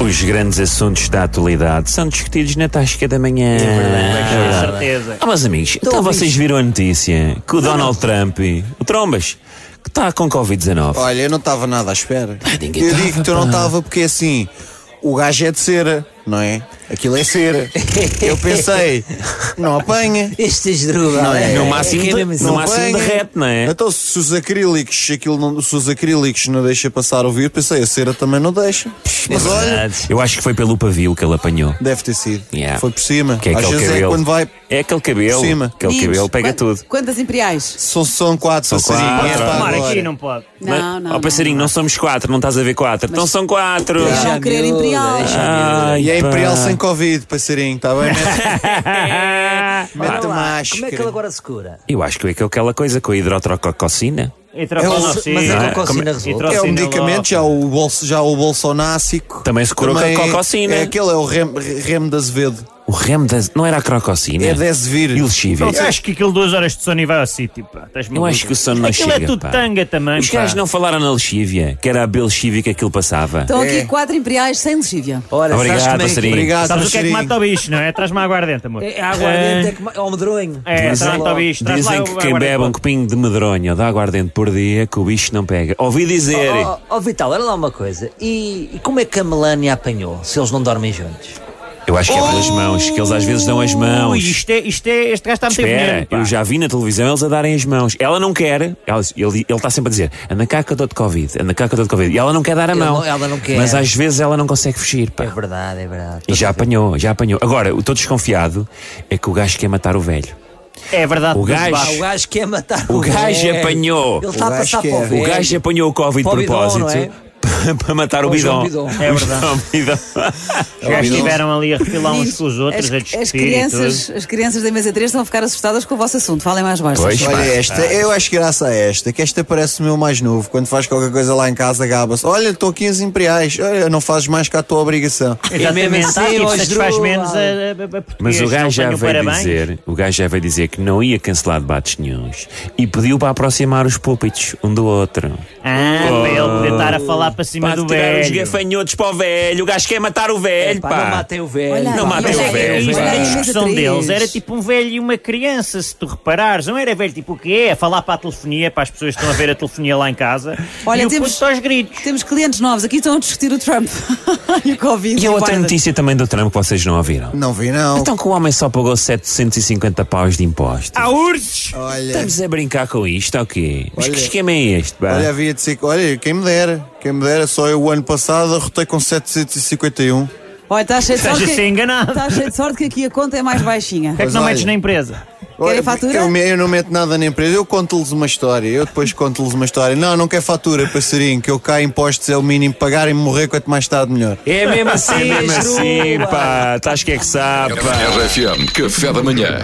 Os grandes assuntos da atualidade são discutidos na tasca da manhã. É Com certeza. Ah, meus amigos, então ouvindo. vocês viram a notícia que o Donald Trump, o Trombas, que está com Covid-19. Olha, eu não estava nada à espera. ninguém eu tava, digo que tu não pá. estava porque assim, o gajo é de cera, não é? Aquilo é cera. Eu pensei, não apanha. Este esdrúbal. Não é? No máximo, de- no não máximo apanha. derrete, não é? Então, se os acrílicos, aquilo não, se os acrílicos não deixa passar o vírus, pensei, a cera também não deixa. Mas É olha, Eu acho que foi pelo pavio que ele apanhou. deve ter sido. Yeah. Foi por cima. Que é Às aquele vezes é cabelo. quando vai. É aquele cabelo. Por cima. Aquele Diz, cabelo pega quan- tudo. Quantas imperiais? São, são quatro, São passarinho, quatro. é Pode pá, tomar Tomar agora. aqui não pode. Mas- Não, não. Ó, não. passarinho, não. somos quatro, não estás a ver quatro. Então são quatro. Eles vão querer imperial. Ai, E é pá. Imperial sem Covid, passarinho, está bem? Mete- Mete Olha lá, máscara. Como é que ele agora segura? Eu acho que é aquela coisa com a hidrotrocococina. E É o- Mas mas a cocina É um medicamento, já o, bolso, já o bolsonácico. Também se curou Também com a é- cococina. É aquele, é o rem, rem de Azevedo. O remo da... não era a crococina? É de Azevir. E lexívia. Eu acho que aquilo duas horas de sono e vai ao sítio, pá. Estás Eu maluco. acho que o sono não Aquilo chega. é tudo pá. tanga também, Os pá. caras não falaram na lexívia, que era a belexívia que aquilo passava. Estão É. aqui quatro imperiais sem lexívia. Ora, Obrigado, sabes como é passarinho. Obrigado, Sabes o que é que passarinho. mata o bicho, não é? Traz-me a aguardente, amor. Eh, É água é que ma- é o medronho. É, Dizem- traz-me ao bicho. Traz lá Dizem o que quem aguardente. bebe um copinho de medronho dá aguardente por dia que o bicho não pega. Ouvi dizer. Ó oh, Vital, olha lá uma coisa. E, e como é que a Melania apanhou se eles não dormem juntos? Eu acho que é pelas mãos, que eles às vezes dão as mãos. Ui, isto é, isto é, este gajo está a meter Espera, veneno, pá. eu já vi na televisão eles a darem as mãos. Ela não quer, ela- ele está sempre a dizer, anda cá que eu dou de Covid, anda cá que eu dou de Covid. E ela não quer dar a Ele mão. não- ela não quer. Mas às vezes ela não consegue fugir, pá. É verdade, é verdade. E já apanhou, já apanhou. Agora, o estou desconfiado é que o gajo quer matar o velho. É verdade. O tudo gajo- bem. Pá, o gajo quer matar o O gajo velho. apanhou. Ele está a gajo passar quer. para o O velho. O gajo apanhou o Covid de É. Para o bidão, propósito não é? para matar o Para o bidão. João Bidão. É verdade. Para o bidão. Os gajos estiveram ali a refilar uns com os outros, as, a as discutir e crianças, as crianças da mesa 3 vão ficar assustadas com o vosso assunto. Falem mais baixo. Pois. Olha Mas- esta, eu acho graça a esta, que esta parece o meu mais novo. Quando faz qualquer coisa lá em casa, gaba-se. Olha, estou aqui em Imperiais. Olha, não fazes mais que a tua obrigação. tudo. Exatamente. mesmo assim, Tipo, ó, satisfaz João. menos a, a, a português. Mas o não gajo já tenho veio parabéns. dizer, o gajo já veio dizer que não ia cancelar debates nenhuns e pediu para aproximar os púlpitos um do outro. Ah, para ele poder estar a falar para cima Para do Oh. tirar os velho. gafanhotos para o velho, o gajo quer matar o velho, Pá, pá. Não matem o velho. Olha Não aí, matem olha o aí, é velho, olha é Isto, aí, a pá. mesa discussão três. deles era tipo um velho e uma criança, se tu reparares. Não era velho, tipo o que é? Falar para a telefonia, para as pessoas que estão a ver a telefonia lá em casa. Olha, e o temos- puto aos gritos. é Temos clientes novos aqui estão a discutir o Trump e o Covid. E a outra Guarda. notícia também do Trump que vocês não ouviram. Não vi, não. Então que o homem só pagou 750 paus de impostos. Há ursos! Olha, Estamos a brincar com isto, ok? Mas que Olha- esquema é este, pá? olha, havia de ser. Olha, quem me dera. Quem me dera, só eu o ano passado arrotei com 751. Olha, estás cheio de Estás sorte. a que- é ser enganado. Estás cheio de sorte que aqui a conta é mais baixinha. Porquê é que Pois não olha. metes na empresa? Querem fatura? Eu, me- eu não meto nada na empresa, eu conto-lhes uma história, eu depois conto-lhes uma história. Não, não quer fatura, passarinho, que eu cá impostos é o mínimo, pagar e morrer quanto mais tarde melhor. É mesmo assim, mesmo assim, pá. Estás que é que sabe, pá. RFM Café da Manhã.